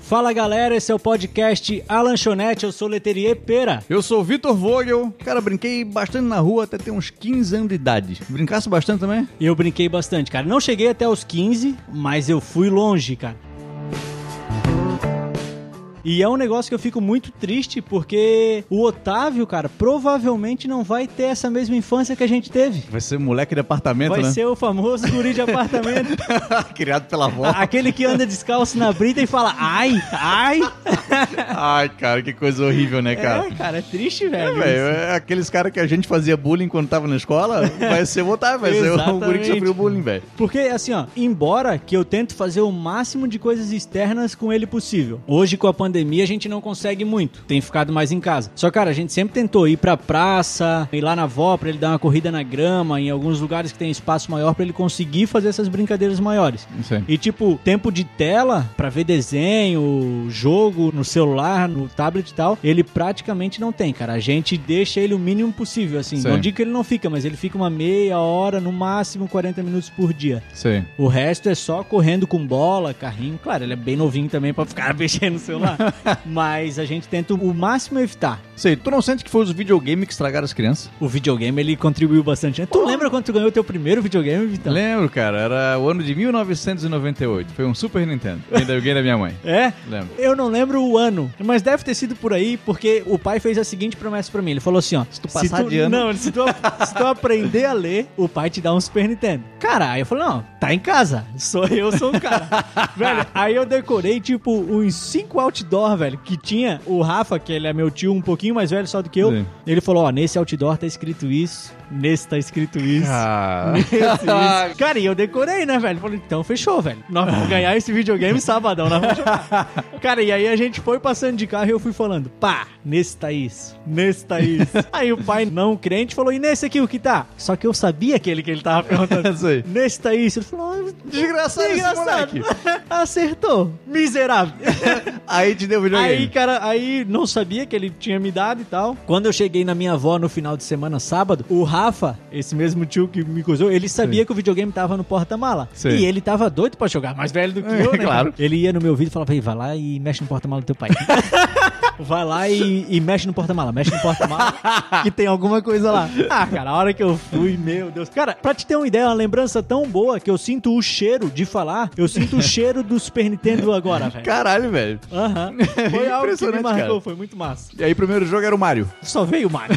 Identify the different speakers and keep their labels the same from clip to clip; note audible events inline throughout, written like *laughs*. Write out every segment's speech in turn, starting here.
Speaker 1: Fala galera, esse é o podcast A Lanchonete, eu sou o Leterier Pera.
Speaker 2: Eu sou o Vitor Vogel. Cara, brinquei bastante na rua até ter uns 15 anos de idade. Brincasse bastante também?
Speaker 1: E eu brinquei bastante, cara. Não cheguei até os 15, mas eu fui longe, cara. E é um negócio que eu fico muito triste porque o Otávio, cara, provavelmente não vai ter essa mesma infância que a gente teve.
Speaker 2: Vai ser moleque de apartamento,
Speaker 1: Vai
Speaker 2: né?
Speaker 1: ser o famoso guri de apartamento.
Speaker 2: *laughs* Criado
Speaker 1: *laughs*
Speaker 2: pela avó.
Speaker 1: Aquele que anda descalço na brita e fala ai, ai.
Speaker 2: Ai, cara, que coisa horrível, né, cara?
Speaker 1: É, cara, é triste,
Speaker 2: É,
Speaker 1: velho.
Speaker 2: velho, é aqueles caras que a gente fazia bullying quando tava na escola, vai ser o Otávio, vai ser o *laughs* guri que
Speaker 1: Exatamente.
Speaker 2: sofreu bullying, velho.
Speaker 1: Porque, assim, ó, embora que eu tento fazer o máximo de coisas externas com ele possível. Hoje, com a pandemia, a gente não consegue muito. Tem ficado mais em casa. Só, cara, a gente sempre tentou ir pra praça, ir lá na vó pra ele dar uma corrida na grama, em alguns lugares que tem espaço maior pra ele conseguir fazer essas brincadeiras maiores.
Speaker 2: Isso aí.
Speaker 1: E tipo, tempo de tela pra ver desenho, jogo no celular, no tablet e tal, ele praticamente não tem, cara. A gente deixa ele o mínimo possível, assim.
Speaker 2: Sim.
Speaker 1: Não digo que ele não fica, mas ele fica uma meia hora, no máximo 40 minutos por dia.
Speaker 2: Isso aí.
Speaker 1: O resto é só correndo com bola, carrinho. Claro, ele é bem novinho também pra ficar *laughs* mexendo no celular. mas a gente tenta o máximo evitar.
Speaker 2: Sei, tu não sente que foi os videogames que estragaram as crianças?
Speaker 1: O videogame, ele contribuiu bastante. né? Tu lembra quando tu ganhou teu primeiro videogame, Vitão?
Speaker 2: Então. Lembro, cara, era o ano de 1998. Foi um Super Nintendo. Ainda alguém da minha mãe.
Speaker 1: É?
Speaker 2: Lembro.
Speaker 1: Eu não lembro o ano, mas deve ter sido por aí, porque o pai fez a seguinte promessa pra mim. Ele falou assim, ó... Se tu
Speaker 2: passar de ano-
Speaker 1: Não, se tu, *laughs* se tu aprender a ler, o pai te dá um Super Nintendo. Cara, aí eu falei, não, tá em casa. Sou eu, sou o *laughs* cara. velho, aí eu decorei, tipo, uns cinco outdoor, velho, que tinha o Rafa, que ele é meu tio um pouquinho mais velho só do que eu.
Speaker 2: Sim.
Speaker 1: Ele falou, ó, nesse outdoor tá escrito isso, nesse tá escrito isso.
Speaker 2: *laughs* Ah.
Speaker 1: Esse, *laughs* esse. Cara, e eu decorei, né, velho? Falei, então fechou, velho. Nós vamos ganhar esse videogame sabadão, nós vamos
Speaker 2: *laughs*
Speaker 1: jogar. Cara, e aí a gente foi passando de carro e eu fui falando, pá, nesse tá isso, nesse tá
Speaker 2: *laughs*
Speaker 1: isso. aí o pai, não crente, falou, e nesse aqui o que tá? Só que eu sabia aquele que ele tava
Speaker 2: *laughs*
Speaker 1: perguntando.
Speaker 2: É Isso aí.
Speaker 1: Nesse tá isso. Ele falou, ah,
Speaker 2: Desgraçado esse moleque.
Speaker 1: *laughs* Acertou. Miserável.
Speaker 2: Aí te deu o videogame.
Speaker 1: Aí, cara, aí não sabia que ele tinha me dado e tal. Quando eu cheguei na minha avó no final de semana, sábado, o Rafa, esse mesmo tio que me cruzou, ele sabia que o videogame tava no porta-mala.
Speaker 2: Sim.
Speaker 1: E ele tava doido pra jogar, mais velho do que
Speaker 2: É,
Speaker 1: eu, né?
Speaker 2: claro.
Speaker 1: cara? Ele ia no meu ouvido e falava, "Ei, vai lá e mexe no porta-mala do teu pai. *laughs* Vai lá e, e mexe no porta-mala, mexe no
Speaker 2: *laughs*
Speaker 1: porta-mala que tem alguma coisa lá. Ah, cara, a hora que eu fui, meu Deus. Cara, pra te ter uma ideia, é uma lembrança tão boa que eu sinto o cheiro de falar, eu sinto o cheiro do Super Nintendo agora, velho.
Speaker 2: Caralho, velho.
Speaker 1: Aham. *laughs* Foi algo que
Speaker 2: É
Speaker 1: me
Speaker 2: impressionante,
Speaker 1: marcou,
Speaker 2: cara.
Speaker 1: foi muito massa.
Speaker 2: E aí, primeiro jogo era o Mario.
Speaker 1: Só veio o *laughs* Mario.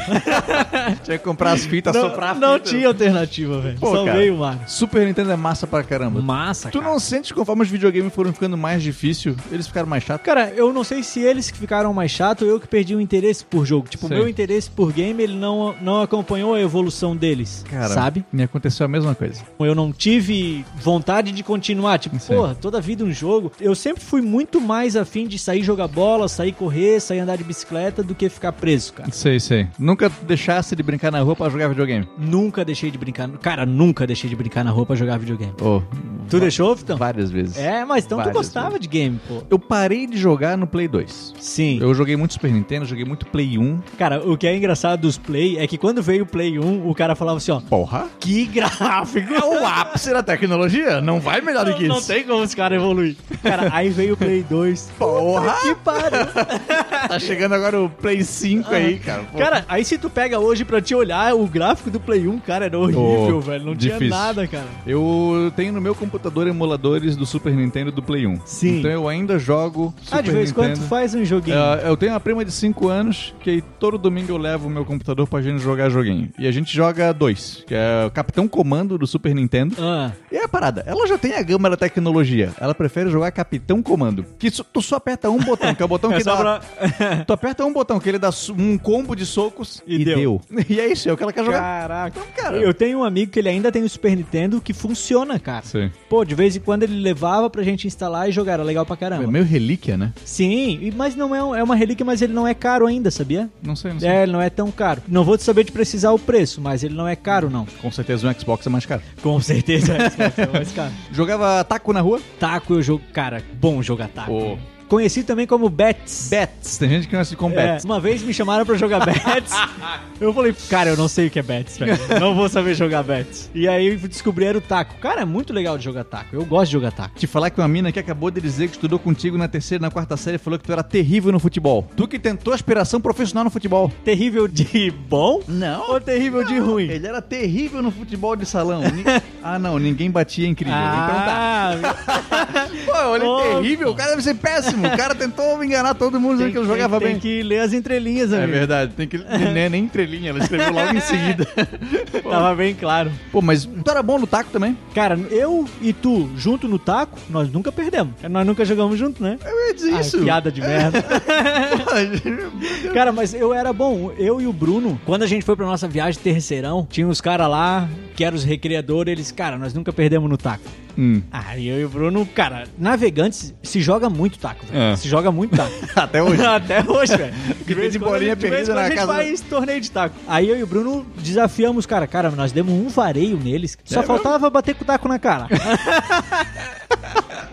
Speaker 2: Tinha que comprar as fitas, soprar a
Speaker 1: não, não
Speaker 2: fita.
Speaker 1: tinha alternativa, velho.
Speaker 2: Pô,
Speaker 1: Só
Speaker 2: cara,
Speaker 1: veio o Mario.
Speaker 2: Super Nintendo é massa pra caramba.
Speaker 1: Massa,
Speaker 2: Tu não sente que conforme os videogames foram ficando mais difícil, eles ficaram mais chatos?
Speaker 1: Cara, eu não sei se eles que ficaram mais chato ou eu que perdi o interesse por jogo. Tipo, o
Speaker 2: Sei.
Speaker 1: meu interesse por game, ele não, não acompanhou a evolução deles, sabe?
Speaker 2: me aconteceu a mesma coisa.
Speaker 1: Eu não tive vontade de continuar. Tipo,
Speaker 2: Sei.
Speaker 1: porra, toda vida um jogo. Eu sempre fui muito mais afim de sair jogar bola, sair correr, sair andar de bicicleta do que ficar preso, cara.
Speaker 2: Sei, sei. Nunca deixasse de brincar na rua pra jogar videogame.
Speaker 1: Nunca deixei de brincar. Cara, nunca deixei de brincar na rua pra jogar videogame.
Speaker 2: Oh,
Speaker 1: Tu deixou, Vitão?
Speaker 2: várias vezes.
Speaker 1: É, mas então tu
Speaker 2: Várias
Speaker 1: gostava de game, pô.
Speaker 2: Eu parei de jogar no Play 2.
Speaker 1: Sim.
Speaker 2: Eu joguei muito Super Nintendo, joguei muito Play 1.
Speaker 1: Cara, o que é engraçado dos Play é que quando veio o Play 1, o cara falava assim, ó.
Speaker 2: Porra!
Speaker 1: Que *laughs* gráfico!
Speaker 2: É o ápice da tecnologia, não vai melhor do que
Speaker 1: *laughs* Não, não
Speaker 2: isso.
Speaker 1: tem como os caras evoluir. Cara, aí veio o Play
Speaker 2: *laughs*
Speaker 1: 2.
Speaker 2: Porra!
Speaker 1: Que pariu!
Speaker 2: Tá chegando agora o Play 5 aí, cara. Pô.
Speaker 1: Ah, Cara, aí se tu pega hoje pra te olhar, o gráfico do Play 1, cara, era horrível,
Speaker 2: Ô,
Speaker 1: velho. Não tinha
Speaker 2: Oh, difícil.
Speaker 1: nada, cara.
Speaker 2: Eu tenho no meu computador emuladores do Super Nintendo e do Play 1.
Speaker 1: Sim.
Speaker 2: Então eu ainda jogo Super
Speaker 1: ah, de vez em quando tu
Speaker 2: Nintendo.
Speaker 1: faz um joguinho.
Speaker 2: Ah, eu tenho uma prima de 5 anos que aí todo domingo eu levo o meu computador pra gente jogar joguinho. E a gente joga dois, que é o Capitão Comando do Super Nintendo.
Speaker 1: Ah,
Speaker 2: E é a parada, ela já tem a gama da tecnologia. Ela prefere jogar Capitão Comando. Que isso- tu só aperta um botão, que é o *laughs* botão
Speaker 1: é
Speaker 2: que
Speaker 1: só
Speaker 2: dá.
Speaker 1: pra...
Speaker 2: Tu aperta um botão, que ele dá su- um combo de socos
Speaker 1: E deu.
Speaker 2: *laughs* E é isso, é o que ela quer jogar.
Speaker 1: Caraca.
Speaker 2: Então, cara-
Speaker 1: Eu tenho um amigo que ele ainda tem o Super Nintendo que funciona, cara.
Speaker 2: Sim.
Speaker 1: Pô, de vez em quando ele levava pra gente instalar e jogar. Era legal pra
Speaker 2: É
Speaker 1: caramba.
Speaker 2: meio relíquia, né?
Speaker 1: Sim, e- mas não é, um- é uma relíquia, mas ele não é caro ainda, sabia?
Speaker 2: Não sei, não sei.
Speaker 1: É, ele não é tão caro. Não vou te saber de precisar o preço, mas ele não é caro, não.
Speaker 2: Com certeza um Xbox é mais caro.
Speaker 1: Com certeza *laughs* é mais caro.
Speaker 2: Jogava taco na rua?
Speaker 1: Taco eu jogo. Cara, bom jogar taco.
Speaker 2: Pô,
Speaker 1: conheci também como Bets.
Speaker 2: Bets. Tem gente que conhece como
Speaker 1: É,
Speaker 2: Bets.
Speaker 1: uma vez me chamaram pra jogar *laughs* bets. eu falei, cara, eu não sei o que é bets, velho. Não vou saber jogar bets. E aí descobri era o taco. Cara, é muito legal de jogar taco. Eu gosto de jogar taco.
Speaker 2: Te falar que uma mina que acabou de dizer que estudou contigo na terceira e na quarta série falou que tu era terrível no futebol. Tu que tentou aspiração profissional no futebol.
Speaker 1: Terrível de bom
Speaker 2: Não.
Speaker 1: ou terrível de ruim?
Speaker 2: Ele era terrível no futebol de salão. *laughs* Ni- ah, não, ninguém batia
Speaker 1: Então
Speaker 2: incrível.
Speaker 1: Ah,
Speaker 2: Então tá. Pô, ele
Speaker 1: Ô.
Speaker 2: é terrível, o cara deve ser péssimo. O cara tentou me enganar todo mundo
Speaker 1: *laughs* tem,
Speaker 2: dizendo que eu jogava
Speaker 1: tem,
Speaker 2: bem.
Speaker 1: Tem que ler as entrelinhas,
Speaker 2: É
Speaker 1: amigo.
Speaker 2: verdade, *laughs* tem que. Nem, nem entrelinha, ela escreveu logo em *laughs* seguida.
Speaker 1: Tava bem claro.
Speaker 2: Pô, mas tu era bom no taco também?
Speaker 1: Cara, eu e tu, junto no taco, nós nunca perdemos. É, Nós nunca jogamos junto, né?
Speaker 2: Eu ia dizer
Speaker 1: Ai, piada de *laughs* merda.
Speaker 2: *laughs*
Speaker 1: Cara, mas eu era bom. Eu e o Bruno, quando a gente foi pra nossa viagem terceirão, tinha uns caras lá, que eram os recreadores, eles, cara, nós nunca perdemos no taco.
Speaker 2: Hum.
Speaker 1: Ah, e eu e o Bruno, cara, navegantes se joga muito taco, velho.
Speaker 2: É.
Speaker 1: Se joga muito taco.
Speaker 2: Até *laughs* hoje.
Speaker 1: *laughs* Até hoje, velho.
Speaker 2: Que tem de
Speaker 1: quando a
Speaker 2: bolinha
Speaker 1: gente- de vez
Speaker 2: perdida
Speaker 1: em quando
Speaker 2: na
Speaker 1: a gente
Speaker 2: casa-
Speaker 1: faz torneio de taco. Aí eu e o Bruno desafiamos, cara. Cara, nós demos um vareio neles. Só
Speaker 2: É
Speaker 1: faltava bater com o taco na
Speaker 2: *laughs*
Speaker 1: cara.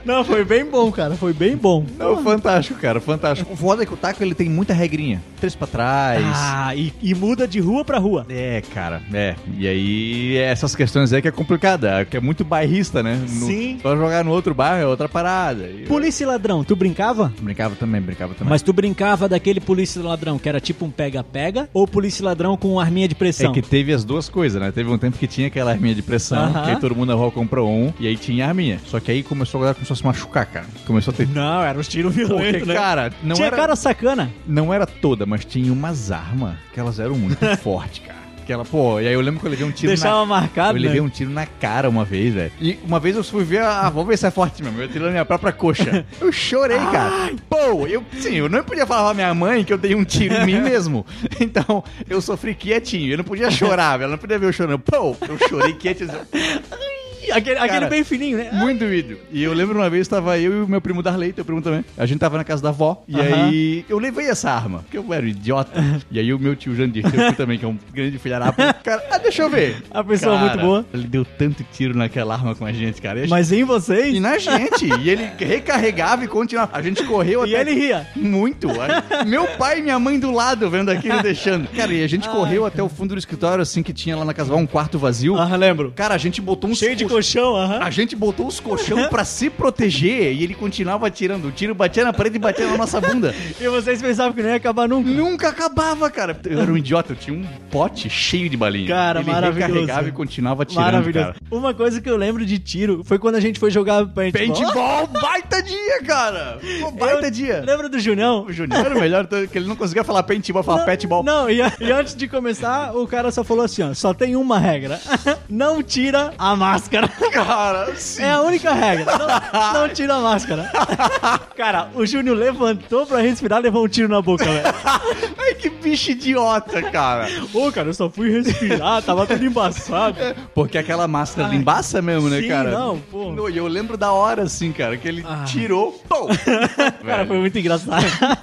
Speaker 1: Não, foi bem bom, cara. Foi bem bom.
Speaker 2: Não, fantástico, cara, fantástico. O foda é que o taco ele tem muita regrinha. Três pra trás.
Speaker 1: Ah, e, e muda de rua pra rua.
Speaker 2: É, cara, é. E aí, essas questões aí que é complicada, que é muito bairrista, né? No-
Speaker 1: Sim.
Speaker 2: Só jogar no outro bairro é outra parada. E-
Speaker 1: Polícia e ladrão, tu brincava?
Speaker 2: Brincava também, brincava também.
Speaker 1: Mas tu brincava daquele polícia e ladrão que era tipo um pega-pega ou polícia e ladrão com arminha de
Speaker 2: É
Speaker 1: pressão?
Speaker 2: que teve as duas coisas, né? Teve um tempo que tinha aquela arminha de pressão,
Speaker 1: Aham.
Speaker 2: que aí todo mundo na rua comprou um, e aí tinha a arminha. Só que aí começou a galera começou a se machucar, cara. Começou a ter.
Speaker 1: Não, era uns tiros
Speaker 2: Porque,
Speaker 1: violentos, né?
Speaker 2: cara, não
Speaker 1: Tinha
Speaker 2: era,
Speaker 1: cara sacana.
Speaker 2: não era toda, mas tinha umas armas que elas eram muito fortes, cara. Que ela, pô, e aí eu lembro que eu levei um tiro na
Speaker 1: Deixava marcado,
Speaker 2: Eu
Speaker 1: né?
Speaker 2: levei um tiro na cara uma vez, velho. E uma vez eu fui ver, ah, vamos ver se é forte mesmo. Eu tirei na minha própria coxa. Eu chorei, cara. Pô, eu, sim, eu não podia falar pra minha mãe que eu dei um tiro em mim mesmo. Então, eu sofri quietinho. Eu não podia chorar, velho. Ela não podia ver eu chorando. Pô, eu chorei quietinho.
Speaker 1: Ih, Aquele, aquele
Speaker 2: um Cara,
Speaker 1: bem fininho, né?
Speaker 2: Muito vídeo. E eu lembro uma vez, tava eu e o meu primo Darley, teu primo também. A gente tava na casa da avó. E
Speaker 1: Aham.
Speaker 2: aí eu levei essa arma, porque eu era
Speaker 1: *laughs*
Speaker 2: um idiota. E aí o meu tio Jandir, teu tio também, que é um grande filharapo. Cara, ah, deixa eu ver.
Speaker 1: A pessoa
Speaker 2: Cara,
Speaker 1: muito boa.
Speaker 2: Ele deu tanto tiro naquela arma com a gente, cara. Ele-
Speaker 1: Mas é em vocês?
Speaker 2: E na gente. e ele recarregava e continuava. A gente correu
Speaker 1: E
Speaker 2: até.
Speaker 1: ele ria.
Speaker 2: Muito. A- Meu pai e minha mãe do lado vendo aquilo e deixando. Cara, e a gente correu até o fundo do escritório, assim, que tinha lá na casa, um quarto vazio.
Speaker 1: Ah, lembro.
Speaker 2: Cara, a gente botou um
Speaker 1: Cheio de colchão, aham.
Speaker 2: a gente botou os colchão pra se proteger e ele continuava atirando. O tiro batia na parede e batia na nossa bunda.
Speaker 1: E vocês pensavam que não ia acabar nunca.
Speaker 2: Nunca acabava, cara. Eu era um idiota, eu tinha um pote cheio de balinha.
Speaker 1: Cara,
Speaker 2: ele
Speaker 1: maravilhoso.
Speaker 2: recarregava e continuava atirando,
Speaker 1: Maravilhoso.
Speaker 2: cara.
Speaker 1: Uma coisa que eu lembro de tiro foi quando a gente foi jogar paintball. É um
Speaker 2: Paintball, baita dia, cara. Pô, baita
Speaker 1: Eu-
Speaker 2: dia.
Speaker 1: Lembra do Junão?
Speaker 2: O Júnior era o melhor, então, que ele não conseguia falar paintball, falar petball.
Speaker 1: Não, e, a- e antes de começar, o cara só falou assim, ó, só tem uma regra. *laughs* Não tira a máscara.
Speaker 2: Cara, assim, sim.
Speaker 1: É a única regra. Não, não tira a máscara. *laughs* Cara, o Júnior levantou pra respirar, levou um tiro na boca, velho.
Speaker 2: Ai, que bicho idiota, cara.
Speaker 1: Ô, cara, eu só fui respirar, tava tudo embaçado.
Speaker 2: Porque aquela máscara ela embaça mesmo, né,
Speaker 1: Sim,
Speaker 2: cara?
Speaker 1: não, pô.
Speaker 2: Não, E eu lembro da hora, assim, cara, que ele
Speaker 1: Ah.
Speaker 2: tirou. Pô!
Speaker 1: *laughs* Cara, foi muito engraçado.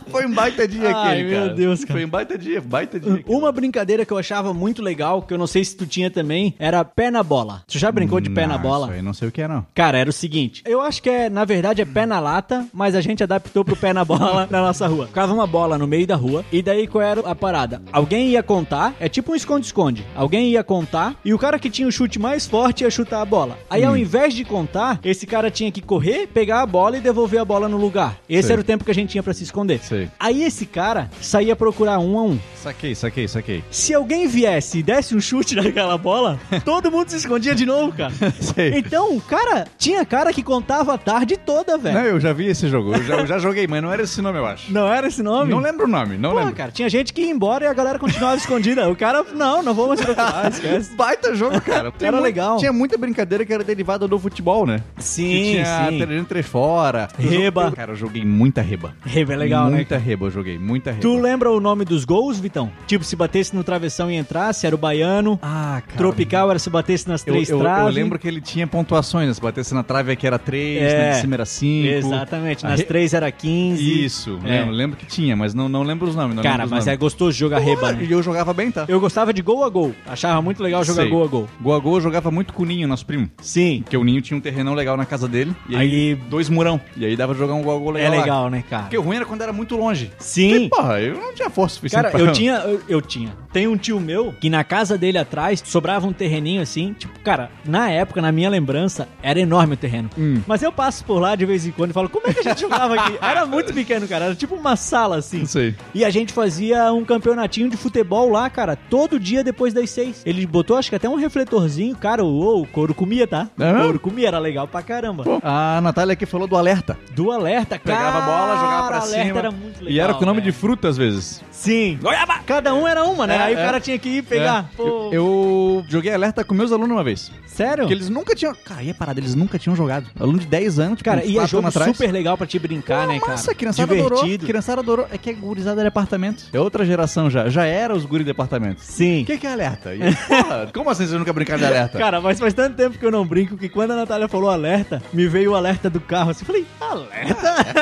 Speaker 2: Foi um baita dia
Speaker 1: Ai,
Speaker 2: aquele,
Speaker 1: meu
Speaker 2: cara.
Speaker 1: Deus, cara.
Speaker 2: Foi um baita dia, baita dia. cara.
Speaker 1: *laughs* Uma brincadeira que eu achava muito legal, que eu não sei se tu tinha também, era pé na bola. Tu já brincou de pé na
Speaker 2: Não,
Speaker 1: bola?
Speaker 2: isso aí não sei o que é, não.
Speaker 1: Cara, era o seguinte. Eu acho que é, na verdade, é pé na lata, mas a gente adaptou pro pé na bola *laughs* na nossa rua. Ficava uma bola no meio da rua, e daí qual era a parada? Alguém ia contar, é tipo um esconde-esconde. Alguém ia contar, e o cara que tinha o chute mais forte ia chutar a bola. Aí,
Speaker 2: Hum.
Speaker 1: ao invés de contar, esse cara tinha que correr, pegar a bola e devolver a bola no lugar. Esse
Speaker 2: Sei.
Speaker 1: era o tempo que a gente tinha pra se esconder.
Speaker 2: Sei.
Speaker 1: Aí esse cara saía procurar um a um.
Speaker 2: Saquei, saquei, saquei.
Speaker 1: Se alguém viesse e desse um chute *laughs* naquela bola, todo mundo se escondia de novo, cara.
Speaker 2: *laughs* Sei.
Speaker 1: Então, cara, tinha cara que contava a tarde toda,
Speaker 2: Não, é-
Speaker 1: velho.
Speaker 2: eu já vi esse jogo. Eu já, eu já joguei, mas não era esse nome, eu acho.
Speaker 1: Não era esse nome?
Speaker 2: Não lembro o nome, não
Speaker 1: Pô,
Speaker 2: lembro.
Speaker 1: cara, tinha gente que ia embora e a galera continuava escondida. O cara, não, não
Speaker 2: *laughs*
Speaker 1: vou mais procurar, esquece.
Speaker 2: Baita jogo, cara. Tem
Speaker 1: Era
Speaker 2: mu-
Speaker 1: legal.
Speaker 2: Tinha muita brincadeira que era derivada do futebol, né? Que
Speaker 1: Sim,
Speaker 2: tinha
Speaker 1: sim.
Speaker 2: 3 fora. Eu
Speaker 1: Reba.
Speaker 2: joguei- cara, eu joguei muita reba.
Speaker 1: Reba é legal, né?
Speaker 2: Muita reba eu joguei, muita reba.
Speaker 1: Tu lembra o nome dos gols, Vitão? Tipo, se batesse no travessão e entrasse, era o baiano.
Speaker 2: Ah, cara.
Speaker 1: Tropical era se batesse nas
Speaker 2: Eu,
Speaker 1: três
Speaker 2: eu, eu
Speaker 1: traves.
Speaker 2: lembro que ele tinha pontuações, né? Se batesse na trave aqui era 3,
Speaker 1: É.
Speaker 2: na de cima era 5.
Speaker 1: Exatamente.
Speaker 2: A
Speaker 1: Nas
Speaker 2: re-
Speaker 1: três era 15.
Speaker 2: Isso,
Speaker 1: É.
Speaker 2: lembro, lembro que tinha, mas não, não lembro os nomes. Não
Speaker 1: Cara,
Speaker 2: lembro
Speaker 1: mas
Speaker 2: os
Speaker 1: é
Speaker 2: nomes.
Speaker 1: gostoso jogar reba, né?
Speaker 2: E eu jogava bem, tá?
Speaker 1: Eu gostava de gol a gol. Achava muito legal jogar
Speaker 2: Sei.
Speaker 1: gol a gol.
Speaker 2: Gol a gol eu jogava muito com o Ninho, nosso primo.
Speaker 1: Sim.
Speaker 2: Porque o Ninho tinha um terrenão legal na casa dele. E aí,
Speaker 1: Aí-
Speaker 2: dois murão. E aí dava pra jogar um gol a gol
Speaker 1: É
Speaker 2: legal. lá.
Speaker 1: legal, né, cara?
Speaker 2: Porque o ruim era quando era muito longe.
Speaker 1: Sim.
Speaker 2: E, porra, eu não tinha força suficiente
Speaker 1: Cara,
Speaker 2: pra-
Speaker 1: eu tinha, eu, eu tinha. Tem um tio meu que na casa dele atrás sobrava um terreninho assim. Tipo, cara, na época, na minha lembrança, era enorme o terreno.
Speaker 2: Hum.
Speaker 1: Mas eu passo por lá de vez em quando e falo, como é que a gente jogava
Speaker 2: *laughs*
Speaker 1: aqui? Era muito pequeno, cara. Era tipo uma sala assim.
Speaker 2: *laughs* Não sei.
Speaker 1: E a gente fazia um campeonatinho de futebol lá, cara, todo dia depois das seis. Ele botou, acho que até um refletorzinho, cara, ô, o couro comia, tá?
Speaker 2: É
Speaker 1: O
Speaker 2: mesmo?
Speaker 1: couro comia, era legal pra caramba.
Speaker 2: A Natália aqui falou do alerta.
Speaker 1: Do alerta, cara.
Speaker 2: Pegava a bola, jogava pra
Speaker 1: alerta
Speaker 2: cima.
Speaker 1: era muito legal. é.
Speaker 2: e era com o nome
Speaker 1: velho.
Speaker 2: de fruta às vezes.
Speaker 1: Sim. Cada um era uma, né?
Speaker 2: É,
Speaker 1: Aí o
Speaker 2: é.
Speaker 1: cara tinha que ir pegar.
Speaker 2: É.
Speaker 1: Pô.
Speaker 2: Eu, eu joguei alerta com meus alunos uma vez.
Speaker 1: Sério?
Speaker 2: Porque eles nunca tinham. Cara, ia parada, eles nunca tinham jogado. Aluno de 10 anos, tipo,
Speaker 1: Cara,
Speaker 2: uns
Speaker 1: e é
Speaker 2: quatro
Speaker 1: jogo
Speaker 2: anos atrás.
Speaker 1: super legal pra te brincar, né, cara?
Speaker 2: Nossa, a criançada adorou.
Speaker 1: Divertido.
Speaker 2: A criançada adorou. É que é gurizada de apartamento. É outra geração já. Já era os guri de apartamento.
Speaker 1: Sim.
Speaker 2: O que, que é *laughs* alerta? E, porra, como assim você nunca brincar de alerta?
Speaker 1: Cara, mas faz tanto tempo que eu não brinco que quando a Natália falou alerta, me veio o alerta do carro. Assim, eu falei, alerta? *laughs*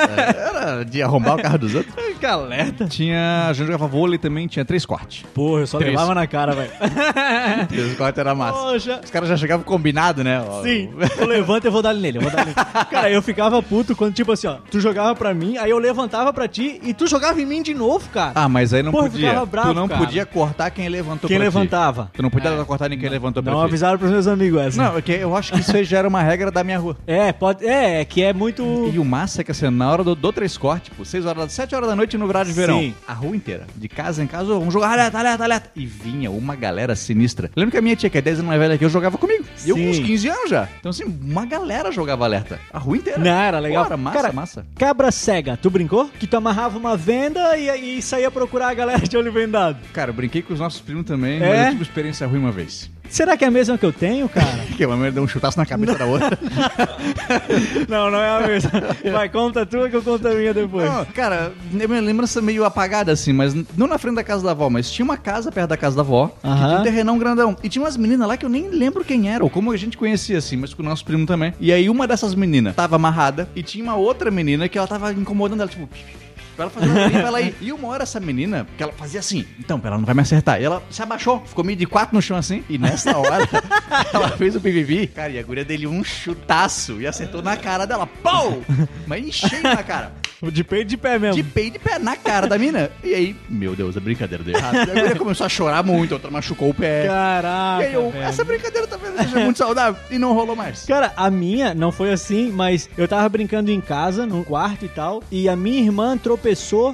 Speaker 2: Era de arrombar o carro dos outros.
Speaker 1: que alerta?
Speaker 2: *laughs* Tinha. A gente jogava vôlei também, tinha três cortes.
Speaker 1: Porra, eu só
Speaker 2: Três.
Speaker 1: levava na cara, *laughs* velho.
Speaker 2: *laughs* Três cortes era massa.
Speaker 1: Poxa.
Speaker 2: Os caras já chegavam combinado, né? Ó,
Speaker 1: Sim, *laughs* eu levanto e eu vou dar nele, eu vou dar nele. Cara, eu ficava puto quando, tipo assim, ó, tu jogava pra mim, aí eu levantava pra ti e tu jogava em mim de novo, cara.
Speaker 2: *laughs* Ah, mas aí não
Speaker 1: Porra, eu
Speaker 2: podia.
Speaker 1: ficava bravo,
Speaker 2: tu não
Speaker 1: cara.
Speaker 2: podia cortar quem levantou
Speaker 1: Quem
Speaker 2: pra ti.
Speaker 1: levantava.
Speaker 2: Tu não podia cortar nem quem levantou
Speaker 1: Não
Speaker 2: pra ti.
Speaker 1: avisaram pros meus amigos essa.
Speaker 2: Não, é que eu acho que isso aí já era uma regra da minha rua.
Speaker 1: É, pode. É, é que é muito.
Speaker 2: E o massa é que assim, na hora do, do três corte, tipo, 6 horas, 7 horas da noite no verão de
Speaker 1: Sim.
Speaker 2: verão. A rua inteira, de casa em casa, "Ô, vamos jogar alerta, alerta, alerta. E vinha uma galera sinistra. Lembro que a minha tia, que é 10 anos mais velha que eu, jogava comigo. E eu com
Speaker 1: Sim.
Speaker 2: uns 15 anos já. Então assim, uma galera jogava alerta. A rua inteira.
Speaker 1: Não, era legal.
Speaker 2: Pô, era massa,
Speaker 1: Cara,
Speaker 2: massa.
Speaker 1: Cabra cega, tu brincou? Que tu amarrava uma venda e aí saía procurar a galera de olho vendado.
Speaker 2: Cara, eu brinquei com os nossos primos também,
Speaker 1: É?
Speaker 2: mas eu tive experiência ruim uma vez. *laughs*
Speaker 1: Será que é a mesma que eu tenho, cara?
Speaker 2: Que a mamãe deu um chutaço na cabeça da outra.
Speaker 1: não, não é a mesma. Vai, conta a tua que eu conto a minha depois.
Speaker 2: Não, cara, é uma lembrança meio apagada, assim, mas não na frente da casa da avó, mas tinha uma casa perto da casa da avó, que
Speaker 1: Aham.
Speaker 2: tinha um terrenão grandão. E tinha umas meninas lá que eu nem lembro quem era, ou como a gente conhecia, assim, mas com o nosso primo também. E aí uma dessas meninas tava amarrada, e tinha uma outra menina que ela tava incomodando ela, tipo... *laughs* "Pi, pi, pi", Pra ela fazer uma pra ela ir. E uma hora essa menina, que ela fazia assim, então, ela não vai me acertar. E ela se abaixou, ficou meio de quatro no chão assim. E nessa hora, *laughs* ela fez o pipipi. Cara, e a guria dele um chutaço e acertou na cara dela. Pau! Mas encheu na cara
Speaker 1: De peito e de pé mesmo.
Speaker 2: de pé e de pé na cara da mina. E aí, meu Deus, a brincadeira deu errado. E A guria começou a chorar muito, a outra machucou o pé.
Speaker 1: Caraca.
Speaker 2: e aí eu,
Speaker 1: velho.
Speaker 2: essa brincadeira talvez não seja muito saudável. E não rolou mais.
Speaker 1: Cara, a minha não foi assim, mas eu tava brincando em casa, num quarto e tal, e a minha irmã tropeçou,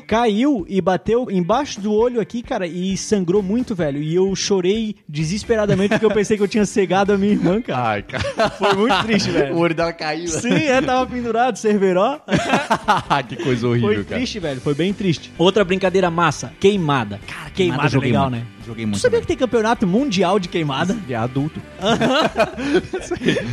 Speaker 1: caiu e bateu embaixo do olho aqui, cara, e sangrou muito, velho. E eu chorei desesperadamente porque eu pensei que eu tinha cegado a minha irmã, cara.
Speaker 2: Ai, cara.
Speaker 1: Foi muito triste,
Speaker 2: O
Speaker 1: velho.
Speaker 2: olho dela caiu. *laughs*
Speaker 1: Sim, é, tava pendurado, cerveró.
Speaker 2: Ah, que coisa horrível,
Speaker 1: Foi
Speaker 2: cara.
Speaker 1: triste, velho, foi bem triste. Outra brincadeira massa, queimada. Cara, queimada é legal, né?
Speaker 2: Joguei
Speaker 1: Tu
Speaker 2: muito.
Speaker 1: sabia que tem campeonato mundial de queimada?
Speaker 2: *laughs* de adulto.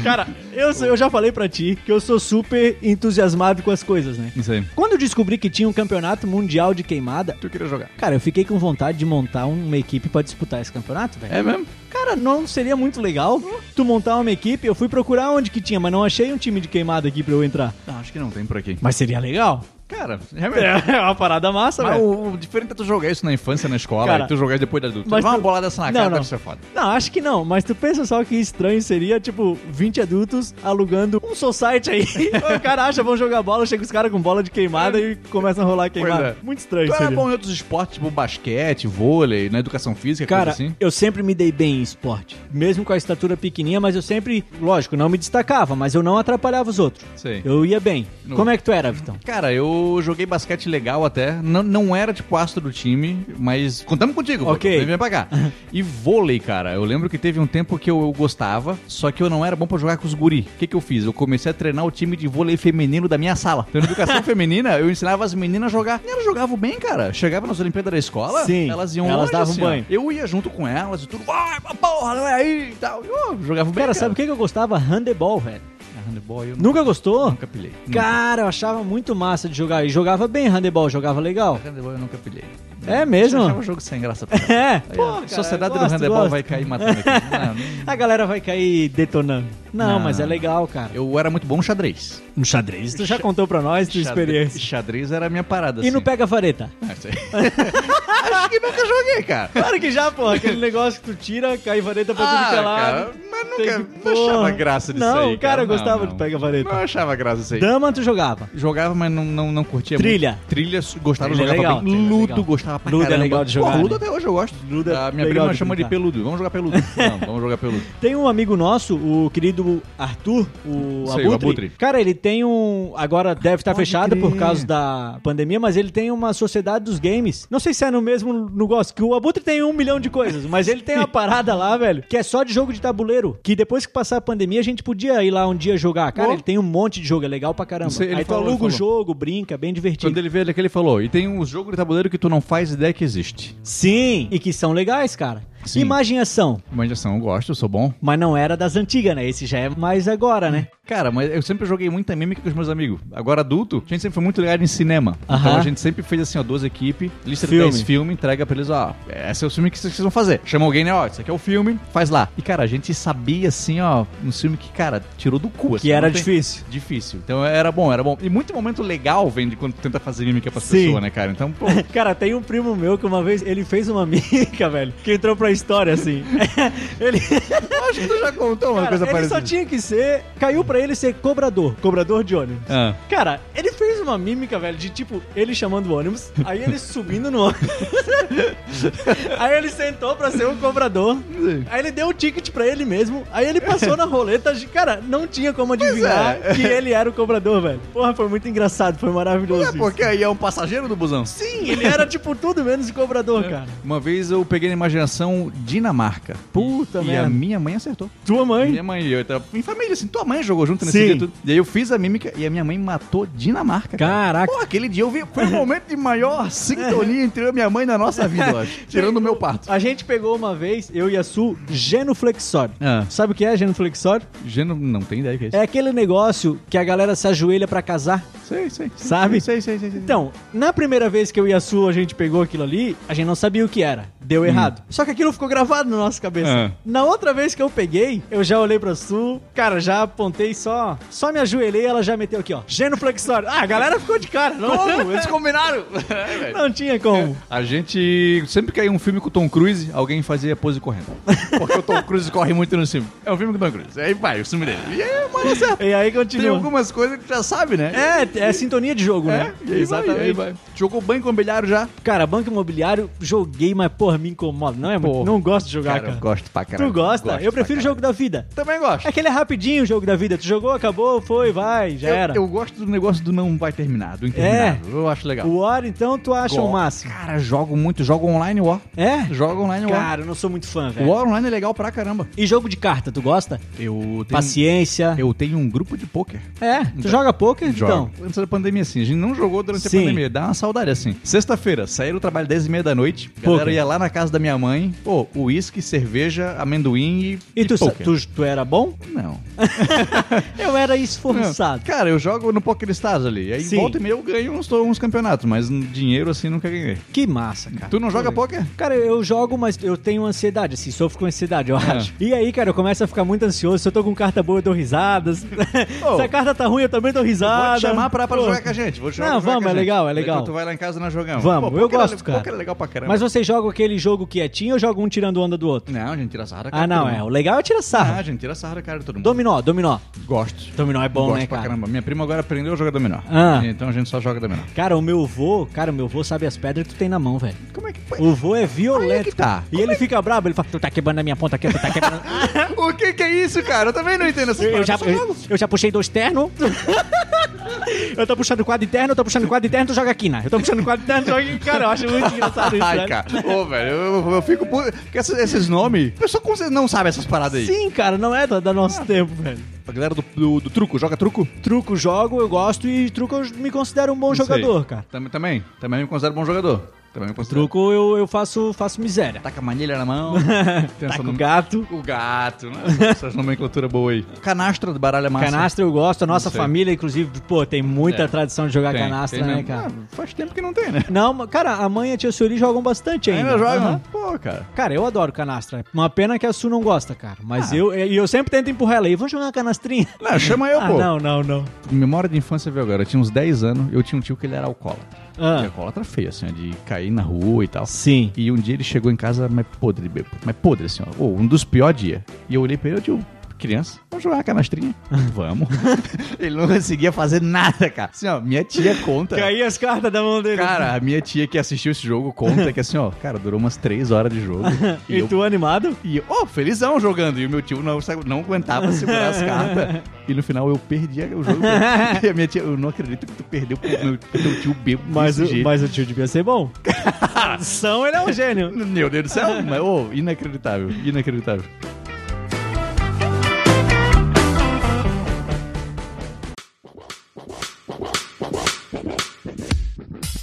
Speaker 1: Cara, eu, sou- eu já falei pra ti que eu sou super entusiasmado com as coisas, né?
Speaker 2: Não sei.
Speaker 1: Quando eu descobri que tinha um campeonato mundial de queimada,
Speaker 2: Tu queria jogar.
Speaker 1: cara, eu fiquei com vontade de montar uma equipe pra disputar esse campeonato, velho.
Speaker 2: É mesmo?
Speaker 1: Cara, não seria muito legal tu montar uma equipe? Eu fui procurar onde que tinha, mas não achei um time de queimada aqui pra eu entrar.
Speaker 2: Não, acho que não tem por aqui.
Speaker 1: Mas seria legal.
Speaker 2: Cara, realmente.
Speaker 1: É uma parada massa,
Speaker 2: Mas
Speaker 1: velho.
Speaker 2: o, o diferente é tu jogar isso na infância, na escola,
Speaker 1: Cara,
Speaker 2: e tu jogar depois da adulto.
Speaker 1: mas
Speaker 2: Mas uma
Speaker 1: tu-
Speaker 2: bolada dessa na
Speaker 1: Não,
Speaker 2: cara
Speaker 1: não.
Speaker 2: deve ser foda.
Speaker 1: Não, acho que não, mas tu pensa só que estranho seria, tipo, 20 adultos alugando um society aí. o cara acha, vão jogar bola, chega os caras com bola de queimada e começam a rolar queimada.
Speaker 2: Pois é.
Speaker 1: Muito estranho
Speaker 2: Tu era
Speaker 1: seria.
Speaker 2: bom em outros esportes, tipo basquete, vôlei, na educação física,
Speaker 1: Cara,
Speaker 2: coisa assim?
Speaker 1: eu sempre me dei bem em esporte. Mesmo com a estatura pequenininha, mas eu sempre, lógico, não me destacava, mas eu não atrapalhava os outros.
Speaker 2: Sei.
Speaker 1: Eu ia bem.
Speaker 2: No-
Speaker 1: Como é que tu era, Vitão?
Speaker 2: Cara, eu joguei basquete legal até. Não, não era tipo astro do time, mas contamos contigo. pô.
Speaker 1: Ok.
Speaker 2: Vem vem pra
Speaker 1: *laughs*
Speaker 2: cá. E vôlei, cara. Eu lembro que teve um tempo que eu, eu gostava, só que eu não era bom pra jogar com os guri. O que, que eu fiz? Eu comecei a treinar o time de vôlei feminino da minha sala. Então,
Speaker 1: *laughs*
Speaker 2: na educação feminina, eu ensinava as meninas a jogar. E elas jogavam bem, cara. Chegava nas Olimpíadas da escola,
Speaker 1: Sim,
Speaker 2: elas iam
Speaker 1: elas
Speaker 2: longe,
Speaker 1: davam
Speaker 2: assim,
Speaker 1: banho.
Speaker 2: ó. Eu ia junto com elas e tudo. Ai, porra, olha aí e tal. Eu jogava bem.
Speaker 1: Cara, sabe o que que eu gostava? Handebol, velho.
Speaker 2: handebol. Eu
Speaker 1: Nunca gostou?
Speaker 2: nunca pilei.
Speaker 1: Cara, eu achava muito massa de jogar. E jogava bem handebol, jogava legal.
Speaker 2: Nunca. Handebol eu nunca pilei.
Speaker 1: É mesmo?
Speaker 2: Eu achava o jogo sem graça. pra caralho.
Speaker 1: É.
Speaker 2: *laughs*
Speaker 1: *laughs*
Speaker 2: Aí,
Speaker 1: Pô,
Speaker 2: a
Speaker 1: cara,
Speaker 2: sociedade
Speaker 1: gosto,
Speaker 2: do handebol
Speaker 1: gosto.
Speaker 2: vai
Speaker 1: *laughs*
Speaker 2: cair matando aqui. Não, não-
Speaker 1: A galera vai cair detonando. Não,
Speaker 2: Não.
Speaker 1: mas é legal, cara.
Speaker 2: Eu era muito bom no xadrez.
Speaker 1: No Um xadrez, tu já contou pra nós tua
Speaker 2: Xadrez-
Speaker 1: experiência.
Speaker 2: Xadrez era a minha parada.
Speaker 1: E no
Speaker 2: assim.
Speaker 1: pega vareta?
Speaker 2: Ah, isso aí. *laughs* Acho que nunca joguei,
Speaker 1: *laughs*
Speaker 2: cara.
Speaker 1: Claro que já, porra. Aquele negócio que tu tira, cai vareta pra tudo
Speaker 2: Ah,
Speaker 1: que é lado.
Speaker 2: cara, mas
Speaker 1: Tem
Speaker 2: nunca
Speaker 1: que-
Speaker 2: não achava
Speaker 1: porra.
Speaker 2: graça disso
Speaker 1: Não,
Speaker 2: aí.
Speaker 1: cara, eu
Speaker 2: Não,
Speaker 1: gostava
Speaker 2: não.
Speaker 1: de pega vareta.
Speaker 2: Não achava graça disso aí.
Speaker 1: Dama tu jogava.
Speaker 2: Jogava, mas não, não, não curtia
Speaker 1: Trilha.
Speaker 2: muito. Trilha. su- Gostava,
Speaker 1: Trilha é
Speaker 2: jogava
Speaker 1: legal,
Speaker 2: bem.
Speaker 1: trilha é
Speaker 2: Ludo,
Speaker 1: legal.
Speaker 2: gostava pra
Speaker 1: Ludo é
Speaker 2: caramba.
Speaker 1: legal de jogar,
Speaker 2: Pô, Ludo
Speaker 1: né?
Speaker 2: até hoje eu gosto.
Speaker 1: Ludo é
Speaker 2: a minha
Speaker 1: legal
Speaker 2: prima
Speaker 1: de
Speaker 2: chama de
Speaker 1: brincar.
Speaker 2: peludo. Vamos
Speaker 1: *laughs*
Speaker 2: jogar peludo. não, vamos jogar peludo.
Speaker 1: Tem um amigo nosso, o querido Arthur, o,
Speaker 2: Sei,
Speaker 1: Abutre.
Speaker 2: o Abutre.
Speaker 1: Cara, ele tem um. Agora deve estar
Speaker 2: Pode
Speaker 1: fechado por
Speaker 2: crer.
Speaker 1: causa da pandemia, mas ele tem uma sociedade dos games. Não sei se é no mesmo negócio, que o Abutre tem um milhão de coisas, mas ele
Speaker 2: *laughs*
Speaker 1: tem uma parada lá, velho, que é só de jogo de tabuleiro. Que depois que passar a pandemia, a gente podia ir lá um dia jogar. Cara,
Speaker 2: Pô.
Speaker 1: ele tem um monte de jogo, é legal pra caramba.
Speaker 2: Oh. Sei, ele
Speaker 1: Aí tu
Speaker 2: falou,
Speaker 1: aluga o
Speaker 2: ele falou.
Speaker 1: jogo, brinca, bem divertido.
Speaker 2: Quando ele veio aqui, ele falou: e tem um jogo de tabuleiro que tu não faz ideia que existe.
Speaker 1: Sim, e que são legais, cara.
Speaker 2: Sim.
Speaker 1: Imaginação.
Speaker 2: Imaginação, assim, eu gosto, eu sou bom.
Speaker 1: Mas não era das antigas, né? Esse já é mais agora, né?
Speaker 2: Cara, mas eu sempre joguei muita mímica com os meus amigos. Agora adulto, a gente sempre foi muito ligado em cinema.
Speaker 1: Aham.
Speaker 2: Então a gente sempre fez assim, ó, duas equipes, lista
Speaker 1: Filme.
Speaker 2: de 10 filmes, entrega pra eles, ó, esse é o filme que vocês vão fazer. Chama alguém, né, ó, esse aqui é o filme, faz lá. E, cara, a gente sabia, assim, ó, um filme que, cara, tirou do cu. assim,
Speaker 1: Que era
Speaker 2: não tem-
Speaker 1: difícil.
Speaker 2: Difícil. Então era bom, era bom. E muito momento legal vem de quando tu tenta fazer mímica pras
Speaker 1: Sim.
Speaker 2: pessoas, né, cara?
Speaker 1: *laughs*
Speaker 2: Então, pô,
Speaker 1: Cara, tem um primo meu que uma vez ele fez uma *laughs* mica, velho, que entrou pra história assim. *laughs* ele
Speaker 2: acho que tu já contou uma
Speaker 1: cara,
Speaker 2: coisa
Speaker 1: ele
Speaker 2: parecida.
Speaker 1: só tinha que ser. Caiu pra ele ser cobrador, cobrador de ônibus.
Speaker 2: Ah.
Speaker 1: Cara, ele fez uma mímica, velho, de tipo, ele chamando o ônibus, aí ele subindo no ônibus. *laughs* aí ele sentou pra ser o cobrador. Aí ele deu o ticket pra ele mesmo. Aí ele passou na roleta. Cara, não tinha como adivinhar
Speaker 2: é.
Speaker 1: que ele era o cobrador, velho. Porra, foi muito engraçado, foi maravilhoso.
Speaker 2: É
Speaker 1: isso.
Speaker 2: porque aí é um passageiro do busão.
Speaker 1: Sim, ele era tipo tudo menos o cobrador,
Speaker 2: É.
Speaker 1: cara.
Speaker 2: Uma vez eu peguei na imaginação Dinamarca.
Speaker 1: Puta
Speaker 2: e
Speaker 1: merda.
Speaker 2: a minha mãe acertou.
Speaker 1: Tua mãe?
Speaker 2: Minha mãe e eu. Tava, em família, assim, tua mãe jogou junto nesse
Speaker 1: Sim.
Speaker 2: dia. Tudo. E aí eu fiz a mímica e a minha mãe matou Dinamarca. cara.
Speaker 1: Caraca.
Speaker 2: Pô, aquele dia eu vi.
Speaker 1: *laughs*
Speaker 2: Foi o momento de maior sintonia entre eu e minha mãe na nossa vida, eu
Speaker 1: *laughs*
Speaker 2: acho. Tirando o meu parto.
Speaker 1: A gente pegou uma vez, eu e a Su, genuflexório.
Speaker 2: Ah.
Speaker 1: Sabe o que é genuflexório?
Speaker 2: Geno, não tem ideia que é isso.
Speaker 1: É aquele negócio que a galera se ajoelha pra casar,
Speaker 2: Sei, sei.
Speaker 1: É. sabe?
Speaker 2: Sei, sei, sei. sei.
Speaker 1: Então, na primeira vez que eu e a Su a gente pegou aquilo ali, a gente não sabia o que era. Deu errado. Só que aquilo ficou gravado na nossa cabeça.
Speaker 2: Hum. Ah.
Speaker 1: Na outra vez que eu peguei, eu já olhei pra Su, cara, já apontei só, só me ajoelhei ela já meteu aqui, ó. Genuflexório. Ah, a galera ficou de cara. Não,
Speaker 2: Como? Eles combinaram.
Speaker 1: *laughs*
Speaker 2: É,
Speaker 1: não tinha como.
Speaker 2: A gente. Sempre que ia um filme com o Tom Cruise, alguém fazia pose correndo. Porque o Tom Cruise corre muito no filme. É um filme com o Tom Cruise. Aí vai, o filme dele. E aí, mano, acerta.
Speaker 1: E aí
Speaker 2: Tem
Speaker 1: continua.
Speaker 2: algumas coisas que tu já sabe, né?
Speaker 1: É, é sintonia de jogo, né?
Speaker 2: e aí Vai, e aí vai. Jogou banco imobiliário já?
Speaker 1: Cara, banco imobiliário, joguei, mas porra, me incomoda. Não é muito.
Speaker 2: Porra.
Speaker 1: Não gosto de jogar, cara.
Speaker 2: eu gosto pra caralho.
Speaker 1: Tu gosta?
Speaker 2: Gosto
Speaker 1: eu prefiro o
Speaker 2: pra
Speaker 1: jogo da vida.
Speaker 2: caralho. Também gosto.
Speaker 1: É que ele é rapidinho o jogo da vida. Tu jogou, acabou, foi, vai, já
Speaker 2: eu,
Speaker 1: era. É.
Speaker 2: eu gosto do negócio do não vai terminar, do interminável. Eu acho legal.
Speaker 1: O War, então, tu acha o
Speaker 2: Go-
Speaker 1: máximo.
Speaker 2: Cara, jogo muito, jogo online, ó.
Speaker 1: É?
Speaker 2: Jogo online, ó.
Speaker 1: Cara, eu não sou muito fã,
Speaker 2: O
Speaker 1: velho.
Speaker 2: War online é legal pra caramba.
Speaker 1: E jogo de carta, tu gosta?
Speaker 2: Eu tenho,
Speaker 1: Paciência.
Speaker 2: eu tenho um grupo de pôquer.
Speaker 1: É, tu joga poker, então.
Speaker 2: Jogo. Antes da pandemia, assim. A gente não jogou durante
Speaker 1: Sim.
Speaker 2: a pandemia. Dá uma saudade, assim. Sexta-feira, saí do trabalho 10 e meia da noite. A galera
Speaker 1: Poker.
Speaker 2: ia lá na casa da minha mãe. Pô, uísque, cerveja, amendoim e,
Speaker 1: E tu, sa-
Speaker 2: pôquer.
Speaker 1: tu, tu era bom?
Speaker 2: Não.
Speaker 1: Eu era
Speaker 2: Não.
Speaker 1: esforçado.
Speaker 2: Cara, eu jogo no Poker Stars ali. Aí
Speaker 1: Sim.
Speaker 2: volta e meia eu ganho uns, uns campeonatos, mas dinheiro assim nunca ganhei.
Speaker 1: Que massa, cara.
Speaker 2: Tu não joga poker?
Speaker 1: Cara, eu jogo, mas eu tenho ansiedade, assim, sofro com ansiedade,
Speaker 2: É.
Speaker 1: eu acho. E aí, cara, eu começo a ficar muito ansioso. Se eu tô com carta boa, eu dou
Speaker 2: *laughs*
Speaker 1: risadas. Se a carta tá ruim, eu também dou risada.
Speaker 2: Vou te chamar pra, pra
Speaker 1: Pô.
Speaker 2: jogar com a gente. Vou te chamar
Speaker 1: Não,
Speaker 2: pra jogar
Speaker 1: vamos,
Speaker 2: com a
Speaker 1: é
Speaker 2: gente.
Speaker 1: legal, é
Speaker 2: Aí
Speaker 1: legal.
Speaker 2: Tu, tu vai lá em casa e nós jogamos.
Speaker 1: Vamos, eu
Speaker 2: poker é
Speaker 1: gosto,
Speaker 2: le-
Speaker 1: cara.
Speaker 2: Poker é legal pra caramba.
Speaker 1: Mas vocês jogam aquele jogo quietinho ou jogam um tirando onda do outro?
Speaker 2: Não, a gente tira sarra. cara,
Speaker 1: Ah, não,
Speaker 2: todo
Speaker 1: é. O
Speaker 2: mundo.
Speaker 1: legal é tirar
Speaker 2: Ah,
Speaker 1: sarro.
Speaker 2: a gente tira sarra, cara, todo mundo.
Speaker 1: Dominó, dominó.
Speaker 2: Gosto.
Speaker 1: Dominó é bom,
Speaker 2: Gosto
Speaker 1: né,
Speaker 2: pra
Speaker 1: cara?
Speaker 2: caramba. Minha prima agora aprendeu a jogar dominó.
Speaker 1: Ah.
Speaker 2: Então a gente só joga dominó.
Speaker 1: Cara, o meu vô, cara, o meu vô sabe as pedras que tu tem na mão, velho.
Speaker 2: Como é que...
Speaker 1: O vô é violento.
Speaker 2: Aí é que tá.
Speaker 1: E ele fica brabo, ele fala, tu tá quebrando a minha ponta aqui, tu tá
Speaker 2: *laughs*
Speaker 1: quebrando...
Speaker 2: o que que é isso, cara? Eu também não entendo essa
Speaker 1: Eu já, eu, eu já puxei dois
Speaker 2: *laughs*
Speaker 1: ternos. eu tô puxando quadro interno, eu tô puxando quadro interno, tu joga aqui, né? Eu tô puxando quadro interno, joga aqui. Cara, eu acho
Speaker 2: *laughs*
Speaker 1: muito engraçado isso, né?
Speaker 2: Ai,
Speaker 1: velho.
Speaker 2: cara. Ô, velho, eu, eu fico... puto. Porque esses, esses nomes... A pessoa como você não sabe essas paradas aí. Ah.
Speaker 1: Sim, cara, não é do, do nosso tempo, velho.
Speaker 2: A galera do, do- do truco, joga truco?
Speaker 1: Truco jogo, eu gosto e truco eu me considero um bom jogador, cara.
Speaker 2: Também, também. Também me considero bom jogador. Também não considero.
Speaker 1: Truco eu, eu faço, faço miséria.
Speaker 2: Taca a manilha na mão. Tem essa
Speaker 1: Taco
Speaker 2: nome-
Speaker 1: gato.
Speaker 2: O Tá gato, né? Essas nomenclatura boa aí. Canastra do baralho é massa.
Speaker 1: Canastra eu gosto, a nossa
Speaker 2: Não sei.
Speaker 1: família, inclusive, pô, tem muita
Speaker 2: É.
Speaker 1: tradição de jogar
Speaker 2: Tem,
Speaker 1: canastra,
Speaker 2: tem
Speaker 1: né,
Speaker 2: mesmo.
Speaker 1: cara?
Speaker 2: Ah, faz tempo que não tem, né?
Speaker 1: Não, mas, cara, a mãe e a tia Sueli jogam bastante ainda.
Speaker 2: Ainda joga,
Speaker 1: né? Aham.
Speaker 2: mano? Pô, cara.
Speaker 1: Cara, eu adoro canastra. Uma pena que a Su não gosta, cara. Mas eu, e eu sempre tento empurrar ela aí. Vamos jogar uma canastrinha?
Speaker 2: Não, chama
Speaker 1: *laughs*
Speaker 2: eu,
Speaker 1: ah,
Speaker 2: pô.
Speaker 1: não, não, não.
Speaker 2: Memória de infância, viu agora? Eu tinha uns 10 anos, eu tinha um tio que ele era alcoólatra.
Speaker 1: Ah.
Speaker 2: E alcoólatra feio, assim, ó, de cair na rua e tal.
Speaker 1: Sim.
Speaker 2: E um dia ele chegou em casa, mas podre, bebo. Mas podre, assim, ó. Ô, um dos piores dias. E eu olhei pra ele, eu digo, criança, vamos jogar
Speaker 1: *laughs*
Speaker 2: uma canastrinha? vamos. *laughs* ele não conseguia fazer nada, cara. Assim, ó, minha tia
Speaker 1: *laughs*
Speaker 2: conta.
Speaker 1: Caí as cartas da mão dele.
Speaker 2: Cara, a minha tia que assistiu esse jogo conta que assim, ó, cara, durou umas três horas de jogo.
Speaker 1: *laughs* e
Speaker 2: eu,
Speaker 1: tu animado?
Speaker 2: e eu, ó, felizão jogando. E o meu tio não, sa- não aguentava segurar
Speaker 1: *laughs*
Speaker 2: as cartas. E no final eu perdi o jogo. E a minha tia, eu não acredito que tu perdeu pro meu pro teu tio bebo
Speaker 1: Mas,
Speaker 2: desse
Speaker 1: o-
Speaker 2: jeito.
Speaker 1: mas o tio devia ser *laughs* bom. São ele é um gênio.
Speaker 2: Meu Deus do céu, mas, ô, inacreditável, inacreditável.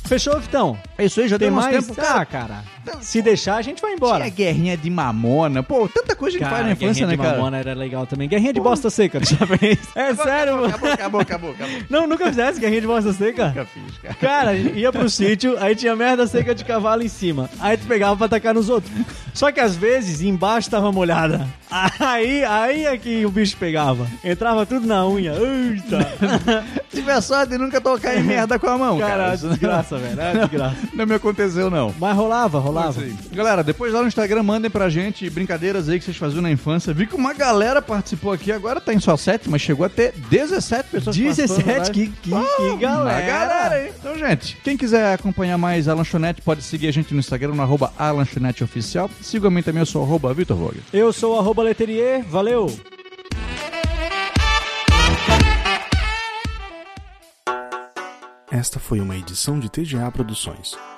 Speaker 1: Fechou, Vitão?
Speaker 2: É isso aí, já
Speaker 1: Tem mais?
Speaker 2: tempo,
Speaker 1: ah,
Speaker 2: cara.
Speaker 1: cara. Se deixar, a gente vai embora.
Speaker 2: Tinha guerrinha de mamona, pô, tanta coisa que a gente faz na infância,
Speaker 1: Guerrinha
Speaker 2: né,
Speaker 1: de
Speaker 2: cara?
Speaker 1: Mamona era legal também. Guerrinha de bosta seca, *laughs* tu já fez? É sério, mano.
Speaker 2: Acabou, acabou, acabou, acabou.
Speaker 1: Não, nunca fizesse guerrinha de bosta seca?
Speaker 2: Nunca fiz, cara.
Speaker 1: Cara, ia pro sítio, aí tinha merda seca de cavalo em cima. Aí tu pegava pra atacar nos outros. Só que às vezes embaixo tava molhada. Aí, aí é que o bicho pegava. Entrava tudo na unha. Eita!
Speaker 2: Se tiver sorte, nunca tocar em merda com a mão, cara.
Speaker 1: Cara, desgraça, velho. É desgraça.
Speaker 2: Não me aconteceu, não.
Speaker 1: Mas rolava, rolava.
Speaker 2: Isso aí. Galera, depois lá no Instagram mandem pra gente brincadeiras aí que vocês faziam na infância. Vi que uma galera participou aqui, agora tá em só 7, mas chegou a ter 17 pessoas
Speaker 1: 17,
Speaker 2: participando.
Speaker 1: que, que, que galera.
Speaker 2: Uma galera, hein? Ah, né? Então, gente, quem quiser acompanhar mais a Lanchonete, pode seguir a gente no Instagram, no arroba a Lanchonete Oficial. Sigam a mim também, eu sou arroba Vitor Vogue.
Speaker 1: Eu sou o arroba Leterier, valeu!
Speaker 3: Esta foi uma edição de TGA Produções.